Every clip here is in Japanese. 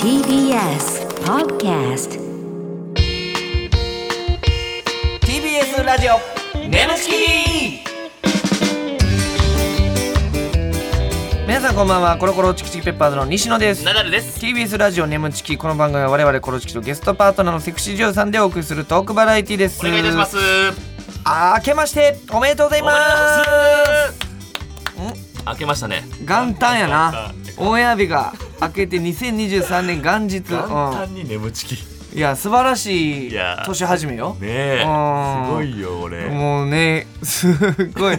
TBS Podcast TBS ラジオネムチキ皆さんこんばんはコロコロチキチキペッパーズの西野ですナダルです。 TBS ラジオ眠チキこの番組は我々コロチキとゲストパートナーのセクシー女優さんでお送りするトークバラエティですお願いいたします。あ明けましておめでとうございます開けましたね。元旦やなオンエア日が明けて2023年元日簡う単に眠ちき。ん、いや素晴らしいいやー年始めよねえ。すうんごいよ俺。もうねすごい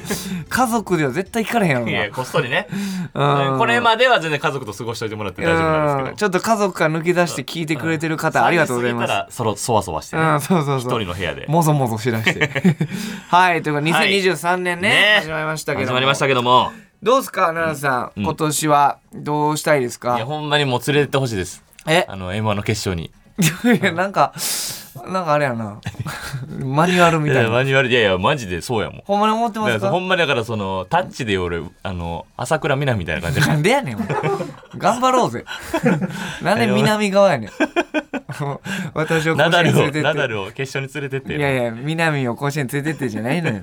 家族では絶対行かれへんやろないやこっそりね。うんこれまでは全然家族と過ごしておいてもらって大丈夫なんでうんすけちょっと家族から抜け出して聞いてくれてる方ど。ありがとうございます過ぎたらそろそわそわしてね。うん、そうそう一そう。人の部屋で。もぞもぞしだして。 はい、ということではい2023年ね、ね始まりましたけど。始まりましたけども、どうすか、奈良さん,、ん今年はどうしたいですいやかほんまにもう連れてってほしいです。えあの M1 の決勝に。 いや、なんか、なんかあれやな。マニュアルみいたやいな。マニュアルいやいやマジでそうやもん。ほんまに思ってまだすからほかんまにだからそのタッチで俺あの朝倉みなみみたいな感じでなんでやねん、お前頑張 ろうぜ。なんで南側やねん。私を甲ナ子ダ園ルに連れをてって。ナダルを決勝に連れてっていやいや、南を甲子園連れてってじゃないの よ。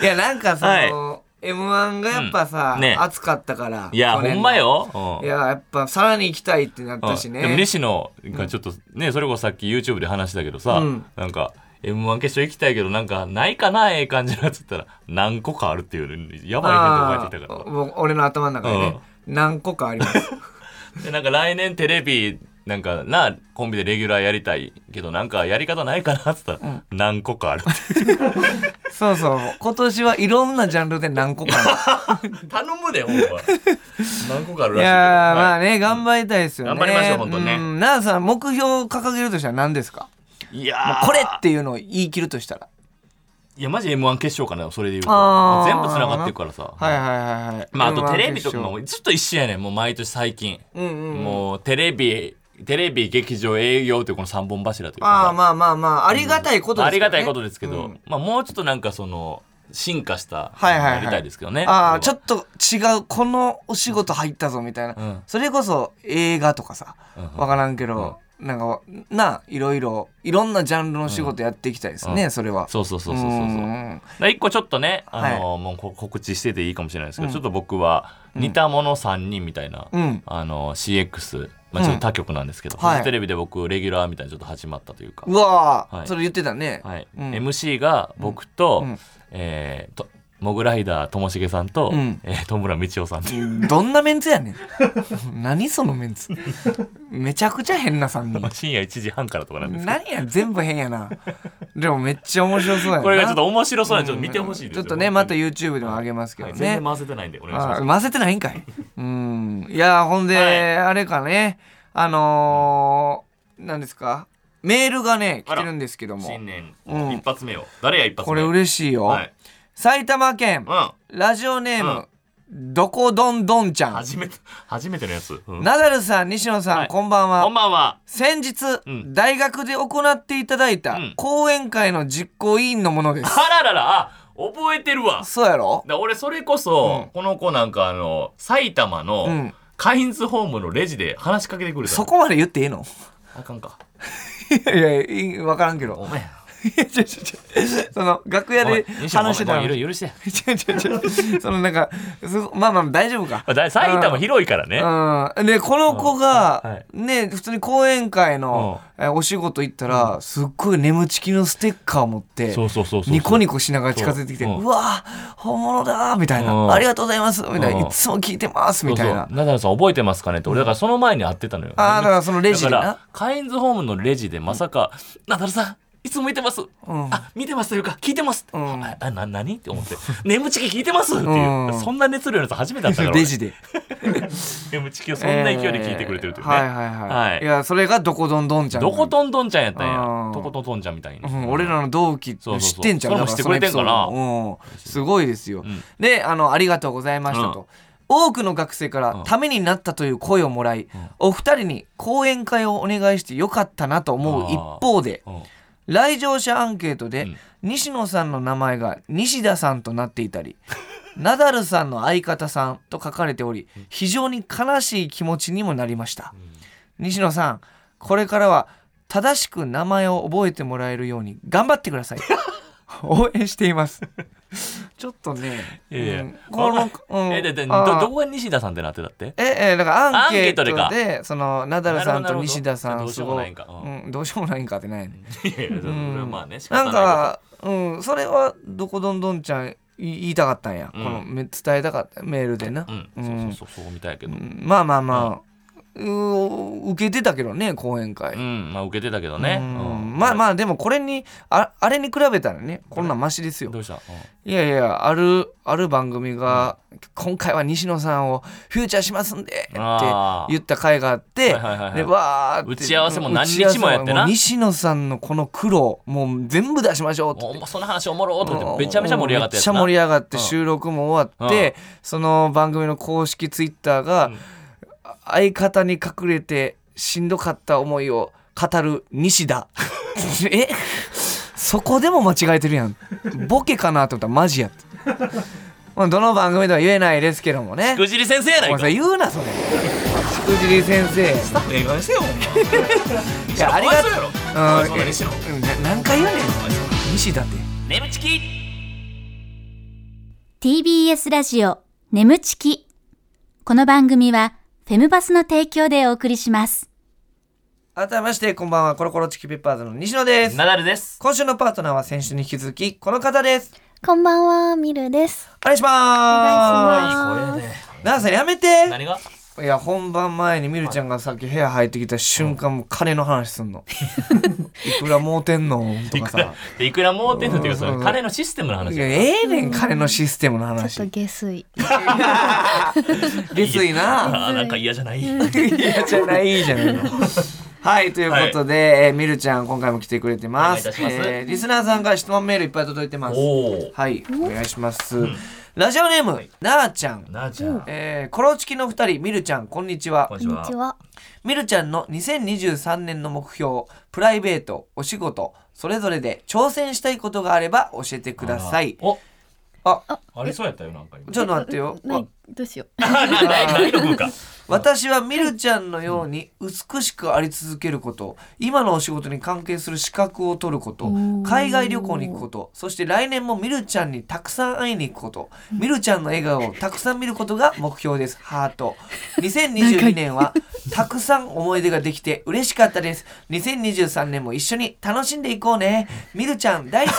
いや、なんかその、は M1 がやっぱさ、うんね熱かったから。いや去ほ年んまよ、うんいや、やっぱさらに行きたいってなったしうんでもね。西野がちょっとね、それこそさっき YouTube で話したけどさ、うんなんか m 1決勝行きたいけどなんかないかなええ感じのやつって言ったら何個かあるっていうねやばいあねって言ってたあかもう俺の頭の中でね、何個かあります。 らでなんか来年テレビなんかなコンビでレギュラーやりたいけどなんかやり方ないかなって言ったら、何個かあるってそうそう。今年はいろんなジャンルで何個 か 頼むでほんま何個かああるる。いやー、まあね、頑張りたいですよね。頑張りましょう本当にねうん奈良さん、目標を掲げるとしたら何ですかい、いやもうーこれっていうのを言い切るとしたら。いやマジ m 1決勝かなそれで言うとあー全部つながっていくからさはいはいはいはい。まあ、あと M1 テレビと決か勝もずっと一緒やねんもう毎年最近、うんうんうん。もうテレビテレビ劇場営業というこの三本柱というかああままあまあまあありがたいことですあよねりがたいことですけど、うんまあ、もうちょっとなんかその進化したはいはいはいやりたいですけどね、ああちょとっと違うこのお仕事入ったぞみたいな、うんそれこそ映画とかさうんうんわからんけど、なんかないろいろいろんなジャンルの仕事やっていきたいですね、うそれはそうそうそうそうそうそうだかんら一個ちょっとね、あのもうこ告知してていいかもしれないですけど、ちょっと僕は似たもの3人みたいな、うんあの CX、まあ、ちょっと他局なんですけど、うんはいフジテレビで僕レギュラーみたいにちょっと始まったというかうわー、はいそれ言ってたね、はいうん MC が僕と,、うんえーとモグライダーともしげさんと、うんえー、戸村道夫さんっていうどんなメンツやねん 何そのメンツめちゃくちゃ変な3人 まあ深夜1時半からとかなんですけ何や全部変やなでもめっちゃ面白そうやなどこれがちょっと面白そうなんでちょっと見てほしいですちょよっとねまた本 YouTube でも上げますけ当にどね、はい全然回せてないんでお願いしまあす混ぜてないんかいうんいやほんで、はいあれかねあのー、何ですかメールがね来てるんですけども新年うん一発目を、誰や一発目これ嬉しいよ、はい埼玉県う、んラジオネーム、どこどんどんちゃん初めて初めてのやつ、うんナダルさん西野さん、はいこんばんはこんばんは先日、うん大学で行っていただいたうん講演会の実行委員のものです、あらららあ覚えてるわそうやろだ俺それこそ、うんこの子なんかあの埼玉の、うんカインズホームのレジで話しかけてくれたのそこまで言っていいの あかんかいやいや分からんけどごめんいや ちょちょちょその楽屋で話してたの いろいろ許して。違う違う違う。そのなんか、すごまあまあ大丈夫か。 まあだ埼玉広いからね。うん、でこの子うんはがいね普通に講演会のえお仕事行ったらすっごい眠ちきのステッカー持ってそうそうそうそう。ニコニコしながら近づいてきて「そううんうわー本物だー」みたいうんな「ありがとうございます」みたいな「うんいつも聞いてます」みたいなそうそうナダルさん覚えてますかねって俺だからその前に会ってたのよ。あーだからそのレジでなだからカインズホームのレジでまさかナダルさんいつも見てます。んあ見てますというか聞いてます。んああな何って思って 眠ちき聞いてますってういんうそんな熱量のやつ初めてだったから。俺レジで眠ちきをそんな勢いで聞いてくれてるというね。えーはいはいはい、はいい、やそれがどこどんどんちゃんどことんどんちゃんやったんうんや。とことんどんちゃんみたいに。うん、俺らの同期そうそう知そうってんじゃんそれもだら知ってくれてんかなそのエピソードもうんすごいですよ、んであの「ありがとうございましたと」う多くの学生かうらんためになったという声をもらい、お二人に講演会をお願いしてよかったなと思う一方で、うん来場者アンケートで、ん西野さんの名前が西田さんとなっていたり ナダルさんの相方さんと書かれており非常に悲しい気持ちにもなりました、西野さんこれからは正しく名前を覚えてもらえるように頑張ってくだ さい応援していますちょっとねいやいやうんこの、うんえででどあーどこが西田さんってなってたって ええだからアンケートでアンケそのナダルさんと西田さなるんほすどなるほどごどうしようもないんうんどうしようもないんかかうってないねいやいやそれはまあね仕な方んないかうんそれはどこどんどんちゃんい言いたかったんや、うんこのめ伝えたかったメールでな、うんそうそうそうそうみたいやけどうんまあまあまあ、う受けてたけどね講演会、うんまあ受けてたけどねうんうんまあまあでもこれにああれに比べたらねこんなんマシですよどうしたうんいやいやあるある番組が、今回は西野さんをフューチャーしますんでってあー言った回があってはいはいはいはいでわーって打ち合わせも何日もやってな打ち合わせももう西野さんのこの苦労もう全部出しましょうっおて前その話おもろーとかってめちゃめちゃ盛り上がったやつめっちゃ盛りな上がってうん収録も終わって、その番組の公式ツイッターが、ん相方に隠れてしんどかった思いを語る西田 えそこでも間違えてるやんボケかなと思ったらマジやってまあどの番組では言えないですけどもねしくじり先生やないお前かさ言うなそれしくじり先生ええ感じせよいやありがとうかわいそうやろかわいそうな西野うんな何回言うねん西田ってねむちき TBS ラジオ眠ちきこの番組はフェムバスの提供でお送りします改めましてこんばんはコロコロチキペッパーズの西野ですナダルです今週のパートナーは先週に引き続きこの方ですこんばんは、ミルです。お願いしま声ですナダルさんやめて何がいや本番前にみるちゃんがさっき部屋入ってきた瞬間もう金の話すん のいくらもうてんのといかくさら いくらもうてんのっていうかそうんれ金のシステムの話いややええねん金のシステムのちょっ話と下水。別になあーなんか嫌じゃないいやじゃないじゃないのはいということで、えーみるちゃん今回も来てくれてますお願いいたしますえーリスナーさんから質問メールいっぱい届いてますおおはいお願いします、ラジオネーム、なあちゃんなあちゃんえー、コロチキの二人みるちゃんこんにちはこんにこちはんにちは。みるちゃんの2023年の目標プライベートお仕事それぞれで挑戦したいことがあれば教えてくださいおあありそうやったよなんか今ちょっと待ってよなあい、どうしよ あなないないの分か私はみるちゃんのように美しくあり続けること今のお仕事に関係する資格を取ること海外旅行に行くことそして来年もみるちゃんにたくさん会いに行くことみるちゃんの笑顔をたくさん見ることが目標ですハート2022年はたくさん思い出ができて嬉しかったです2023年も一緒に楽しんでいこうねみるちゃん大好き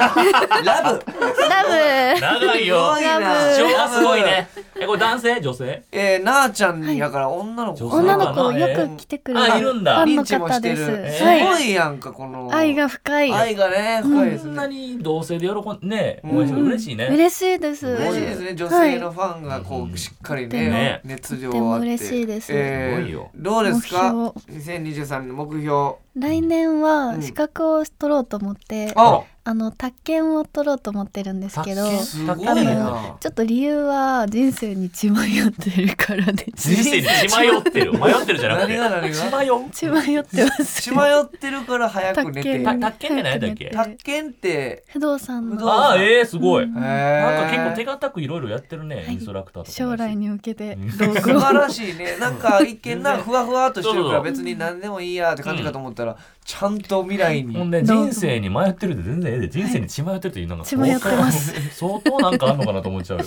ラブう。ラブ。長いよな昭和すごいねえこれ男性女性えー、なあちゃんやから女の子女女のの子子ををよよくく来来てくてるくるあいるフんだァン認の知もし方てでるす。えすーはごい。いやんかこの愛が深い。愛がねこ深いですんねなに同性で喜んね応援する嬉しいね嬉しいです。嬉しいですね女は性いのファンがこうしっかりね,、ね熱量とてあもって嬉しいですえーすごいよどうですか2023年の目標来年うはん資格を取ろうと思って、ああの宅建を取ろうと思ってるんですけど、宅建すごいあなのちょっと理由は人生に血迷ってるか らです。人生に血迷ってる迷ってるじゃなく何てが何血 が迷う血迷ってます。血迷ってるから早く寝て宅建た宅建って何やったっけ早く寝宅て建って不動産不の動ああええすごいへなんか結構ー手堅くいろいろやってるねインストラクターとか将来に向けてう道具素を晴らしいねなんか一見なふわふわっとしてるからそうそう別に何でもいいやって感じかと思ったらちゃんと未来にほんで人生に迷ってるって全然ええで人生に血迷ってるっていうなんか血迷ってます相当なんかあんのかなと思っちゃうよ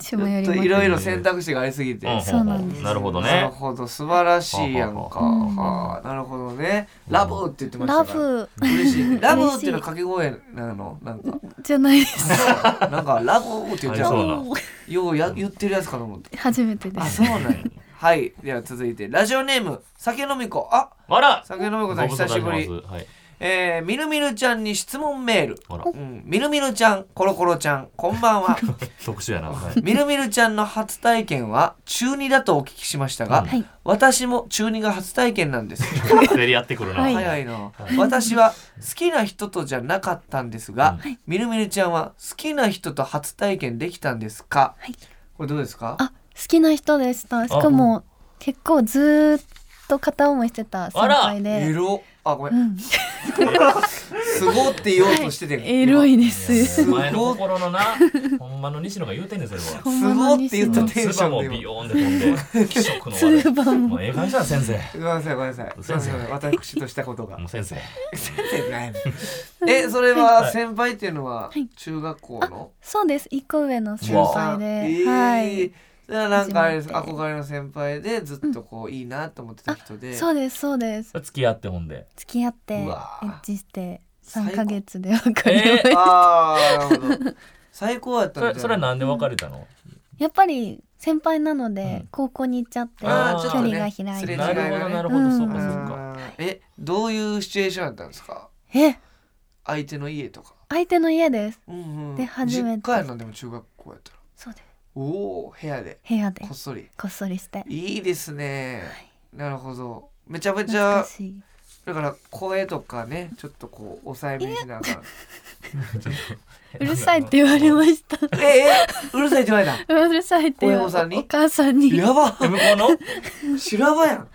血迷りちょっまとくいるろいろ選択肢がありすぎて、うんそうなんですなるほどなるねほど素晴らしいやんか。ははあなるほどね。ラブって言ってましラたから。ブ嬉しいね。ラブっていうのは掛け声なのなん かじゃないです。なんかラブって言っちゃそうう。なようや言ってるやつかと思って。初めてであす。そうなんや。 はいでは続いてラジオネーム酒飲み子ああら酒飲み子さん久しぶり。はいえー、みるみるちゃんに質問メール。あらうん、みるみるちゃんコロコロちゃんこんばんは。特殊やなはいみるみるちゃんの初体験は中2だとお聞きしましたが、はい私も中2が初体験なんです。 競り合ってくるなはい早いな、私は好きな人とじゃなかったんですが、みるみるちゃんは好きな人と初体験できたんですか、はいこれどうですかあ好きな人でした。しかも結構ずーっと片思いしてた先輩エで。ロあごめ、うんん、すごって言おうとしてて、エロいです。お前の心のな、ほんまの西野が言うてんねん、それは。すごって言ったテンシ唾ョもンでビ今。ヨーンで飛んで、気色の悪い。ツーバンもうええ感じだ、先生。ごめんなさいごめんなさい。すいません私としたこと がも。う先生。えそれは先輩っていうのはい中学校のそうです。一個上の先うわ輩で、はえいえ。それはなんかあれです初めて憧れの先輩でずっとこういいなと思ってた人で。そうですそうです。付き合ってほんで。付き合ってエうわッチして最三高ヶ月で別れました。ああなるほど。最高やったそ んじゃれないそれはなんで別れたのやっぱり先輩なのうでん高校に行っちゃって距あーちょっと離ねが開すいれ違てい。ながるねほど、なるほど、そうか、そうか。あーえどういうシチュエーションやったんですかえ、相手の家とか。相手の家です。うんうん、で初めて実家やなでも中学校やったらそうです。おお部屋で部屋でこっそりこっそりして。いいですね、なるほどめちゃめち懐ゃかしい。だから声とかねちょっとこう抑えめにしながらうるさいって言われました。ええうるさいって言われたうるさいって言わ親御さんにお母さんに。やば え向こうの修羅場やん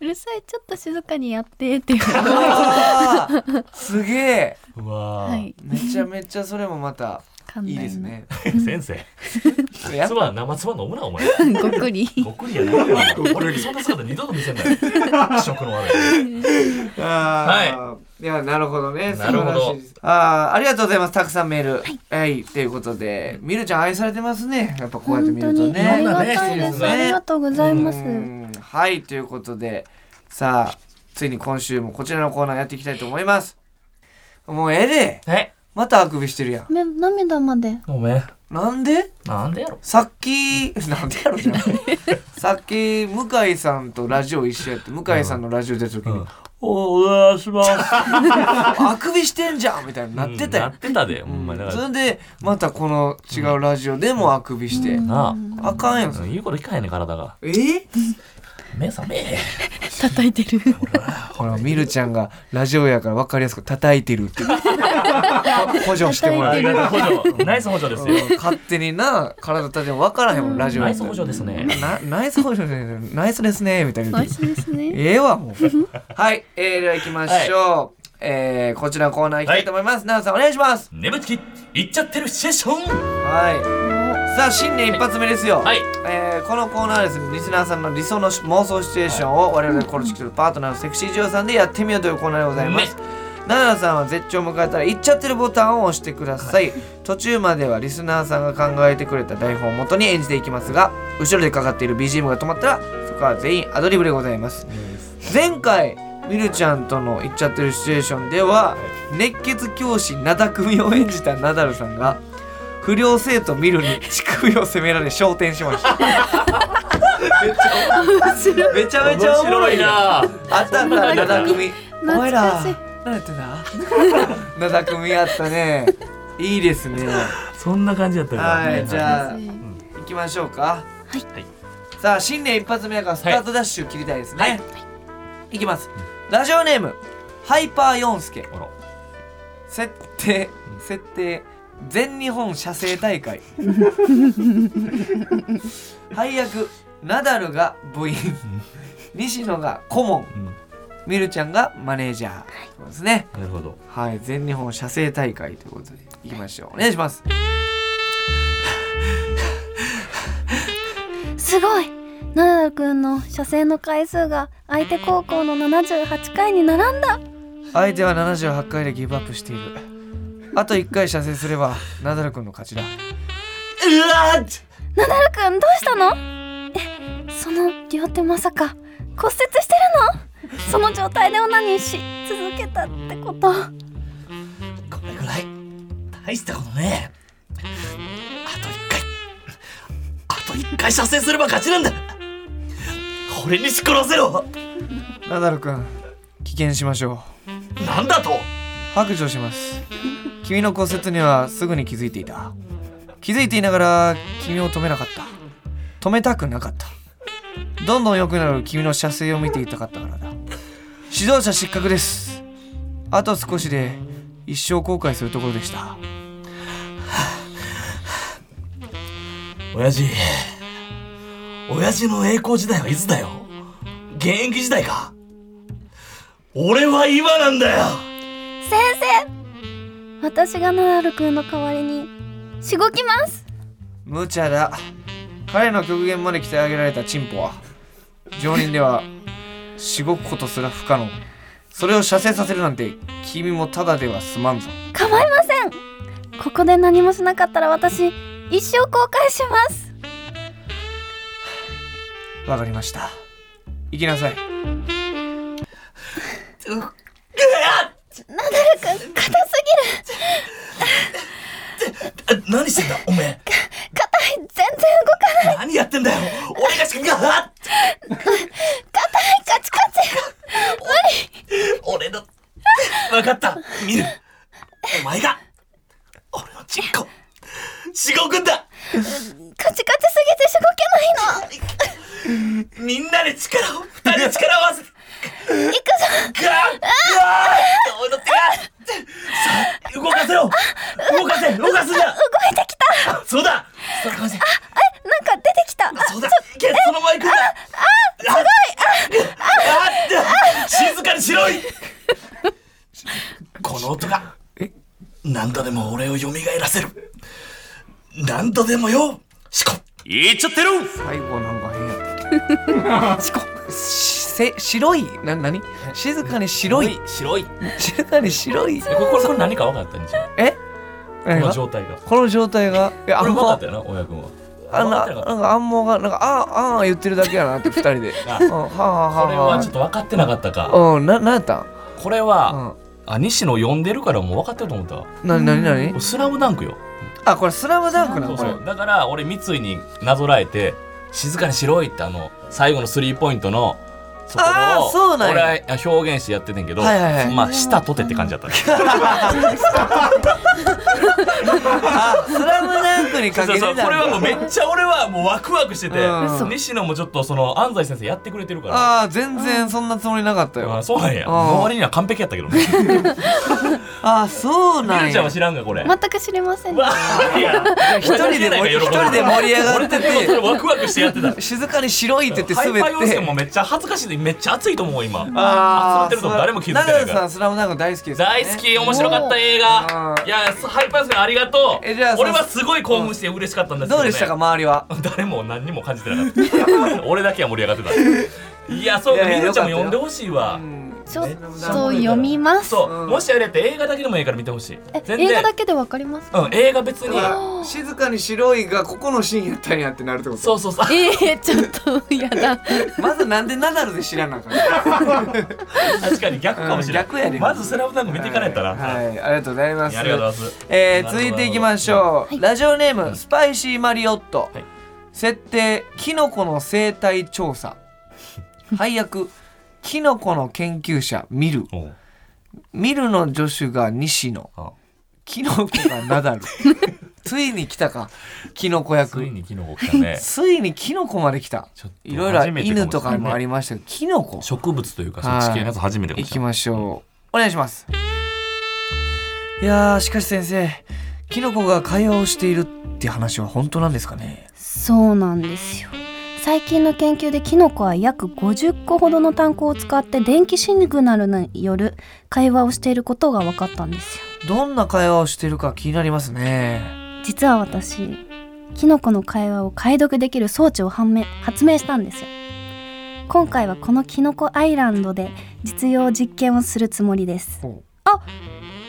うるさいちょっと静かにやってって言われあーすげえうわはーい。めちゃめちゃそれもまた関いい連のです。ね 先生やっつば生つば飲むなお前ごっくり。ごっくりやないよ俺そんな姿二度と見せない気色の悪いあーいやなるほどねなるほど素晴らしいですあーありがとうございますたくさんメールはい、ということでみるちゃん愛されてますねやっぱこうやって本見当るとにねありがたいいろんなね質です。問ねありがとうございます。うんはいということでさあついに今週もこちらのコーナーやっていきたいと思いますもうええでえまたあくびしてるやんめ涙まで。ごめんなんでなんでやろさっきなんでやろじゃんさっき向井さんとラジオ一緒やって向井さんのラジオ出た時に「うんおお願いします」あくびしてんじゃん」みたいになってたうよんなってたでほんまだかそられでまたこの違うラジオでもあくびして、なあかんやあんそれ言うこと聞かへんねん体がえ目覚めえ叩いてる。ほらみるちゃんがラジオやから分かりやすく叩いてるって補助してもらあえりるがとう補助ナイス補助ですようん勝手にな体たちも分からへんもんラジオナやっイスたら補助ですねなナイス補助ねナイスですねみたいな美言う味てしいですね。ええわもう はい、えー、では行きましょう、えー、こちらのコーナー行きたいと思います、奈良さんお願いします眠ちき行っちゃってるシチュエーションはいさあ新年一発目ですよ、はいえーこのコーナーはですねリスナーさんの理想の妄想シチュエーションを我々コロチキとパートナーのセクシー女優さんでやってみようというコーナーでございます奈々さんは絶頂を迎えたら行っちゃってるボタンを押してください、途中まではリスナーさんが考えてくれた台本を元に演じていきますが後ろでかかっている BGM が止まったらそこは全員アドリブでございます前回みるちゃんとの行っちゃってるシチュエーションでは熱血教師なだくみを演じたナダルさんが不良生徒みるに乳首を責められ昇天しましためちゃめちゃおもろいななあったあったなだくみお懐かしい前ら何やってんだなだくみあったねいいですねそんな感じやったからはいじゃあはい行きましょうかはいさあ新年一発目やからスタートダッシュ切りたいですねはい、いきますラジオネームハイパーヨンスケあら設定設定全日本写生大会 配役ナダルが部員西野が顧問うんみるちゃんがマネージャーそうですねなるほどはい全日本写生大会ということでいきましょうお願いしますすごいナダルくんの射精の回数が相手高校の78回に並んだ相手は78回でギブアップしているあと1回射精すればナダル君の勝ちだうわっナダルくんどうしたのえその両手まさか骨折してるのその状態でオナニーし続けたってことこれぐらい大したことねえあと一回あと一回射精すれば勝ちなんだ俺にし殺せろナダル君棄権しましょうなんだと白状します君の骨折にはすぐに気づいていた気づいていながら君を止めなかった止めたくなかったどんどん良くなる君の射精を見ていたかったからだ指導者失格ですあと少しで一生後悔するところでした親父親父の栄光時代はいつだよ現役時代か俺は今なんだよ先生私がナダルくんの代わりにしごきます無茶だ彼の極限まで鍛え上げられたチンポは常人ではしごくことすら不可能それを射精させるなんて君もただでは済まんぞ構いませんここで何もしなかったら私一生後悔しますわかりました行きなさいナダルくん硬すぎるあ何してんだおめえ硬い全然動かない何やってんだよ俺がしかがあ硬いカチカチ俺の分かった見るお前が俺のチンコしごくんだカチカチすぎてしごけないのみんなで力を二人で力を合わせていくぞガーッ俺の手がさあ動かせろ動かせ動かすんだ動いてきたそうだそれかませえなんか出てきたあそうだいけその前行くんだあすごいああ静かにしろいこの音が何度でも俺を蘇らせる何度でもよしこ言っちゃってる最後なんか変やった しこしせ白いな何静かに白い白いこ静かに白いれこれこれ何か分かったんじゃんえこ何のが状態がこの状態がいやこあれん分かまったよな親君はあん分かなってななかんっか暗号がなんかあーあー言ってるだけやなって二人 であうんはあはあたこれはあははちょっと分かってなかったかあうんななんやったんこれうんはあ西野呼んでるからもう分かってると思ったわなになになに「スラムダンクよあこれスラムダンクなそのうこそれうだから俺三井になぞらえて静かにしろいってあの最後のスリーポイントのそこあーをそうなん俺やは表現してやっててんけど、はいはいはいまあ舌とてって感じだったねあスラムダンクにかけそうてたそうこれはもうめっちゃ俺はもうワクワクしててうん嘘西野もちょっとその安西先生やってくれてるからああ全然そんなつもりなかったあよそうなんやうん周りには完璧やったけどねひるああそうなんちゃんやは知らんがこれ全く知りませんうわいや一人でも俺だけや一ないか喜人んででる盛り上がって俺それてワクワクしてやって た静かに白いって言ってハイ滑パイ温っ泉てもめっちゃ恥ずかしいでめっちゃ熱いと思う今集まあってるとこ誰も気づいてないナダルかさらんスラムダンク大好きですよね大好き面白かった映画うんいやハイパースありがとうえじゃあ俺はすごい興奮して嬉しかったんですけどど、うね、でしたか周りは誰も何にも感じてなかった 俺だけは盛り上がってたいやそうかいやいみやるちゃんもよ呼かんったよでほしいわ、うんちょっと読みますそう、うんもしあれやって映画だけでもいいから見てほしいえ全然映画だけでわかりますかうん映画別にだから静かに白いがここのシーンやったんやってなるって ことそうそうそうええちょっとやだ。まずなんでナダルで知らなあかった確かに逆かもしれない、うん逆やねまず「スラム ダンク見ていかないった ら、はい、はいありがとうございまいすやありがとうございますえー続いていきましょう、ラジオネーム、スパイシーマリオット、はい設定キノコの生態調査配役キノコの研究者ミルおうミルの助手が西野あキノコがナダル ついに来たかキノコつい役に昨日起きたねついにキノコまで来たちょっといろいろ初めてかもしれない犬とかもありましたけどキノコ植物というかそっち系のやつ初めてか行もしきれないましょうお願いしますいやーしかし先生キノコが会話をしているって話は本当なんですかねそうなんですよ最近の研究でキノコは約50個ほどの単語を使って電気シグナルによる会話をしていることが分かったんですよどんな会話をしているか気になりますね実は私キノコの会話を解読できる装置を判明発明したんですよ今回はこのキノコアイランドで実用実験をするつもりですほ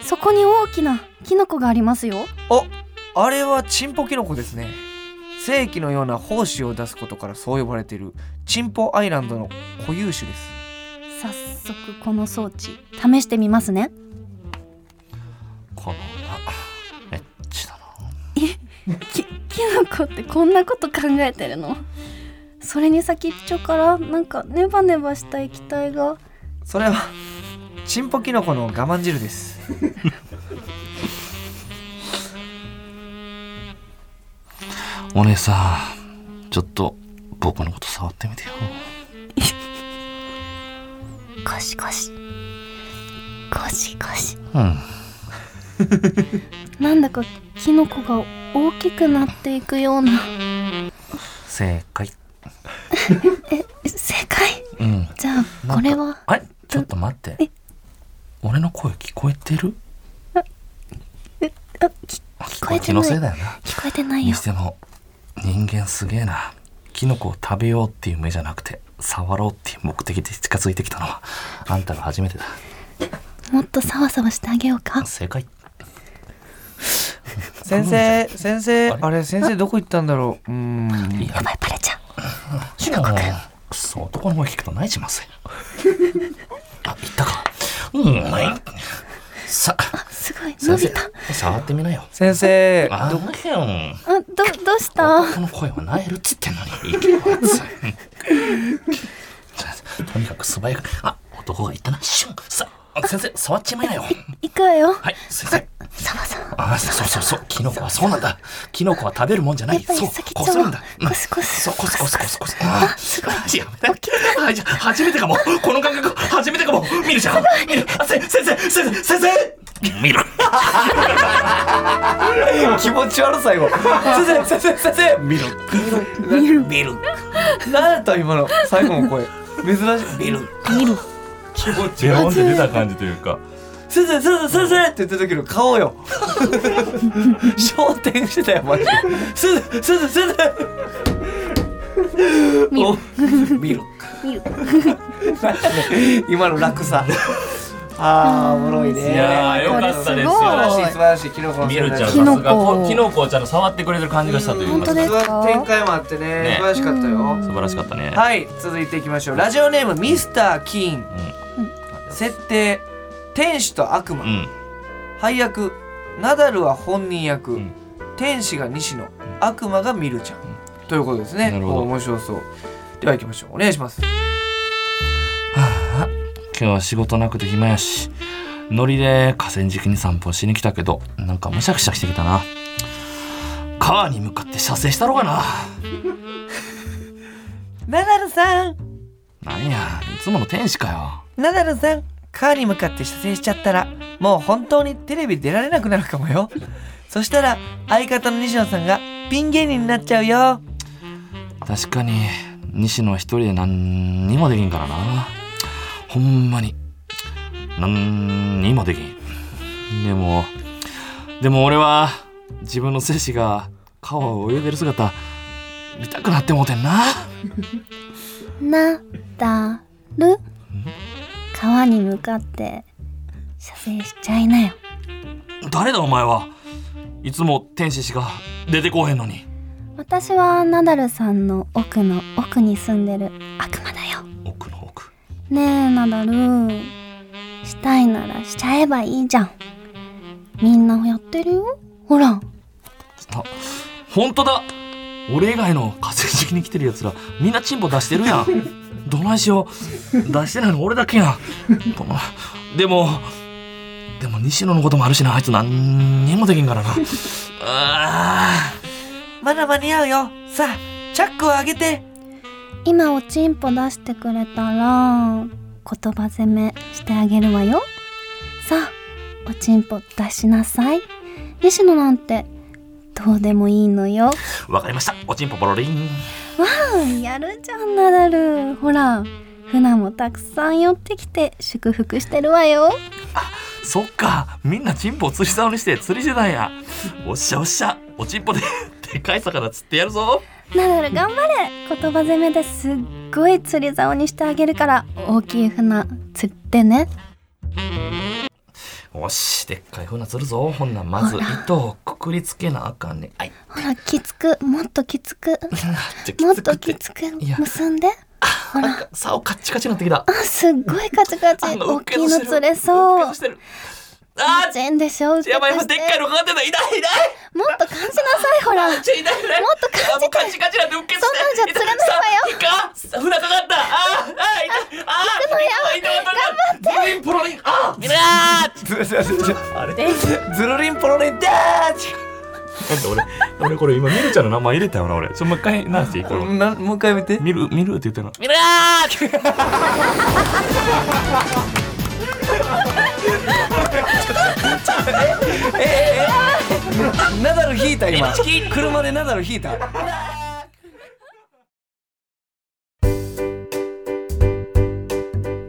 そこに大きなキノコがありますよああれはチンポキノコですね正規のような胞子を出すことからそう呼ばれているチンポアイランドの固有種です早速この装置試してみますねこのなエッチだなきキノコってこんなこと考えてるのそれに先っちょからなんかネバネバした液体がそれはチンポキノコの我慢汁ですお姉さんちょっと僕のこと触ってみてよゴシゴシゴシゴシうんなんだかキノコが大きくなっていくような正解え正解うんじゃあこれはあれちょっと待って俺の声聞こえてるあき聞こえてな気のいせいだよな聞こえてないによしても人間すげえなキノコを食べようっていう目じゃなくて触ろうっていう目的で近づいてきたのはあんたが初めてだもっとサワサワしてあげようか正解先生先生あれあれ先生どこ行ったんだろううーんやばいバレちゃうもうくそ男の声聞くと泣いちまう ぜあ言ったかうんないさすごい伸び先た生触ってみなよ先生あどけよんあどどうした男の声は泣えるっつってんのにいけよあいつとにかく素早くあ男が言ったなシュンさあ先生触っちまいなよ行くわよはい先生サワサワあそうそうそうキノコはそうなんだキノコは食べるもんじゃなやいっぱそうり先こっちすょるをんだうんコスコスそうコスコスコスコスあすごいやめてあじゃあ初めてかもこの感覚初めてかも見るじゃん見るあせ先生先生先生見る気持ち悪最後先生先生先生見る見る見る何だった今の最後の声珍しい見る気持ち出本で出た感じというか先生先生先生って言った時の顔よ焦点してたよマジで先生先生先生見る見るなんだね今の楽さあーおもろいねいやーよかったですよ素晴らしい素晴らしいキノコの見るちゃんキさノすコがこキノコをちゃんと触ってくれてる感じがしたという本か当素ですか展開もあってねね素晴らしかったよ、晴らしかったねはい続いていきましょうラジオネームミスター・キーン、設定天使と悪魔、うん配役ナダルは本人役、ん天使が西野悪魔がミルちゃん、ということですねなるほどお面白そうでは行きましょうお願いします今日は仕事なくて暇やしノリで河川敷に散歩しに来たけどなんかむしゃくしゃしてきたな川に向かって射精したろかなナダルさんなんやいつもの天使かよナダルさん川に向かって射精しちゃったらもう本当にテレビ出られなくなるかもよそしたら相方の西野さんがピン芸人になっちゃうよ確かに西野は一人で何にもできんからなほんまに何にもできんでもでも俺は自分の精子が川を泳いでる姿見たくなってもうてんななだる川に向かって射精しちゃいなよ誰だお前はいつも天使しか出てこうへんのに私はナダルさんの奥の奥に住んでる悪魔だよ奥の奥ねえナダルしたいならしちゃえばいいじゃんみんなやってるよほらあ本当だ俺以外の河川敷に来てるやつらみんなチンポ出してるやんどないしよう出してないの俺だけやんどのでもでも西野のこともあるしなあいつ何にもできんからなあまだ間に合うよさあチャックを上げて今おちんぽ出してくれたら言葉攻めしてあげるわよさあおちんぽ出しなさい西野なんてどうでもいいのよーわかりましたおちんぽポロリンうんやるじゃんナダルほらフナもたくさん寄ってきて祝福してるわよそっかみんなチンポを釣り竿にして釣りしてたんやおっしゃおっしゃおちんぽで でかい魚釣ってやるぞナダル頑張れ言葉攻めですっごい釣り竿にしてあげるから大きい船釣ってねよしでっかい船釣るぞほんなんまず糸をくくりつけなあかんねあい ほらきつくもっときつくちょきもっつくとてきつくいや結んでほら竿カッチカチになってきたあすっごいカチカチあ大うっきけいとしてのる釣れそうっうけとしてるあちんでしょうっーけとやばいしてでっかいのかかってた痛い痛いもっと感じなさいほらちょ痛い痛いもっと感じてもうカチカチなんてうっけとしてそんなんじゃ釣れないわよよいかさ船かかったあーあー痛いあー行くのよ頑張ってポロリンあーみんなずずずずあれずるりんぽろりんでーち俺俺これ今ミルちゃんの名前入れたよな俺ちょもう一回なしていこうなもう一回見てミルミルって言ったの見るーナダル引いた今車でナダル引いたこ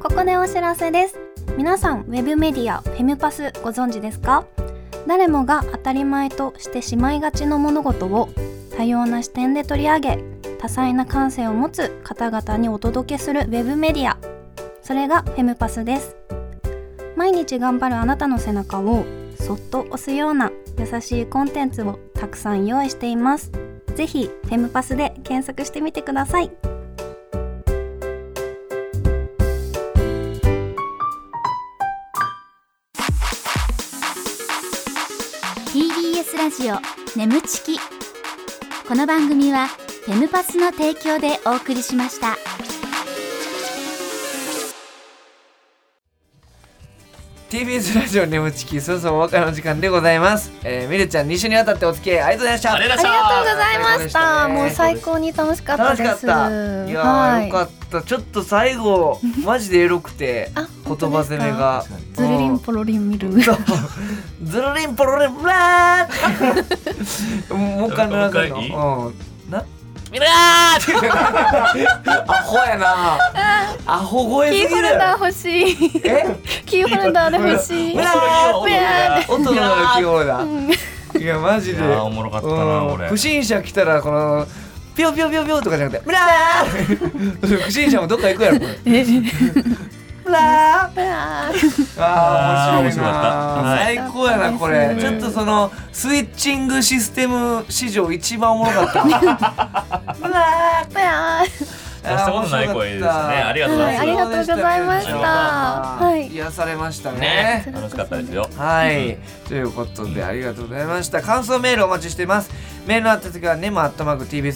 ここでお知らせです皆さんウェブメディアフェムパスご存知ですか誰もが当たり前としてしまいがちの物事を多様な視点で取り上げ多彩な感性を持つ方々にお届けするウェブメディアそれがフェムパスです毎日頑張るあなたの背中をそっと押すような優しいコンテンツをたくさん用意していますぜひフェムパスで検索してみてくださいす TBS ラジオ眠ちきこの番組はフェムパスの提供でお送りしました「 TBS ラジオ眠ちきそろそろお別れの時間でございます、えー、みるちゃん2週にわたってお付き合いありがとうございましたありがありとうがとうございました。もう最最高に楽しかった楽でしす。かったいやー、よかったちょっと最後マジでエロくてあ言葉攻めがズルリンポロリン見る。そう ズルリンポロリンブラーもう一回鳴らせるのもう一うんなミラー アホやなアホ声すキぎるーホルダー欲しい。えキーホルダーで欲しいミ。ラー音の鳴き声だいやマジでいやーおもろかったなうんこれ不審者来たらこのピョピョピョピョとかじゃなくて「ブラー! 」不審者もどっか行くやろこれ。ブラーあー面白いなあー最高やなこれちょっ面白いですねとそのスイッチングシステム史上一番おもろかったブラブラーーしたことない声ですねありがとうございますはいありがとうございましたはい癒されましたねね楽しかったですよはい、ということでありがとうございました感想メールお待ちしていますメールの宛先は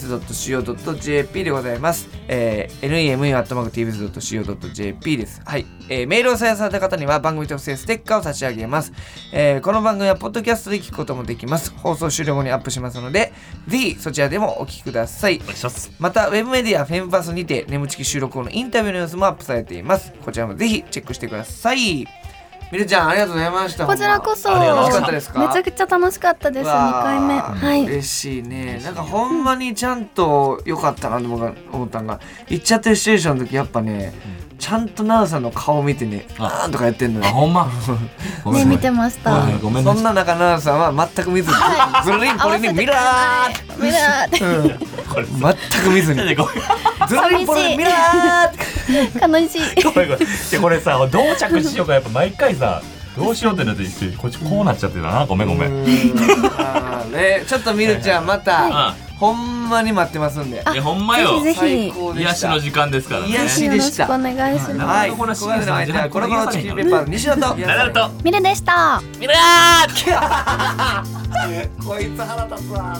nemu.tbs.co.jp でございます、えー、nemu.tbs.co.jp ですはい、えー、メールを採用された方には番組特製ステッカーを差し上げます、えー、この番組はポッドキャストで聞くこともできます放送終了後にアップしますのでぜひそちらでもお聞きくださいお願いしますまたウェブメディアフェムパスにて眠ちき収録後のインタビューの様子もアップされていますこちらもぜひチェックしてくださいみるちゃんありがとうございましたこちらこそ。ありがとう楽ごしざかいっまたしですかめちゃくちゃ楽しかったです。2回目。わあはい。嬉しいねなんかほんまにちゃんと良かったなと僕は思ったのが「行っちゃってるシチュエーション」の時やっぱね、ちゃんと奈良さんの顔見てね「あーん」とかやってんのあよほんまごめねんな見さていましはた。いごめんそなんさいな中奈良さんは全く見ずに「ずるりんぽりにミラー!」ってブラこれ全く見ず にでごめん「ずるりんぽりにミラー!」ってー悲しい。ご めんごめんでこれさどう着しようかやっぱ毎回さどうしようってなってこっちこうなっちゃってたなごめんごめんあーねちょっとみるちゃんまたほんまに待ってますんであえほんまよぜひ最ぜ高で癒ししたの時間ですからね癒ひ。しよでろししたくお願いします。はい、こここののシシーーズズンンのじゃな間いコロコロチキンペッパーの西田とナダルとミルでした。こいつ腹立つわ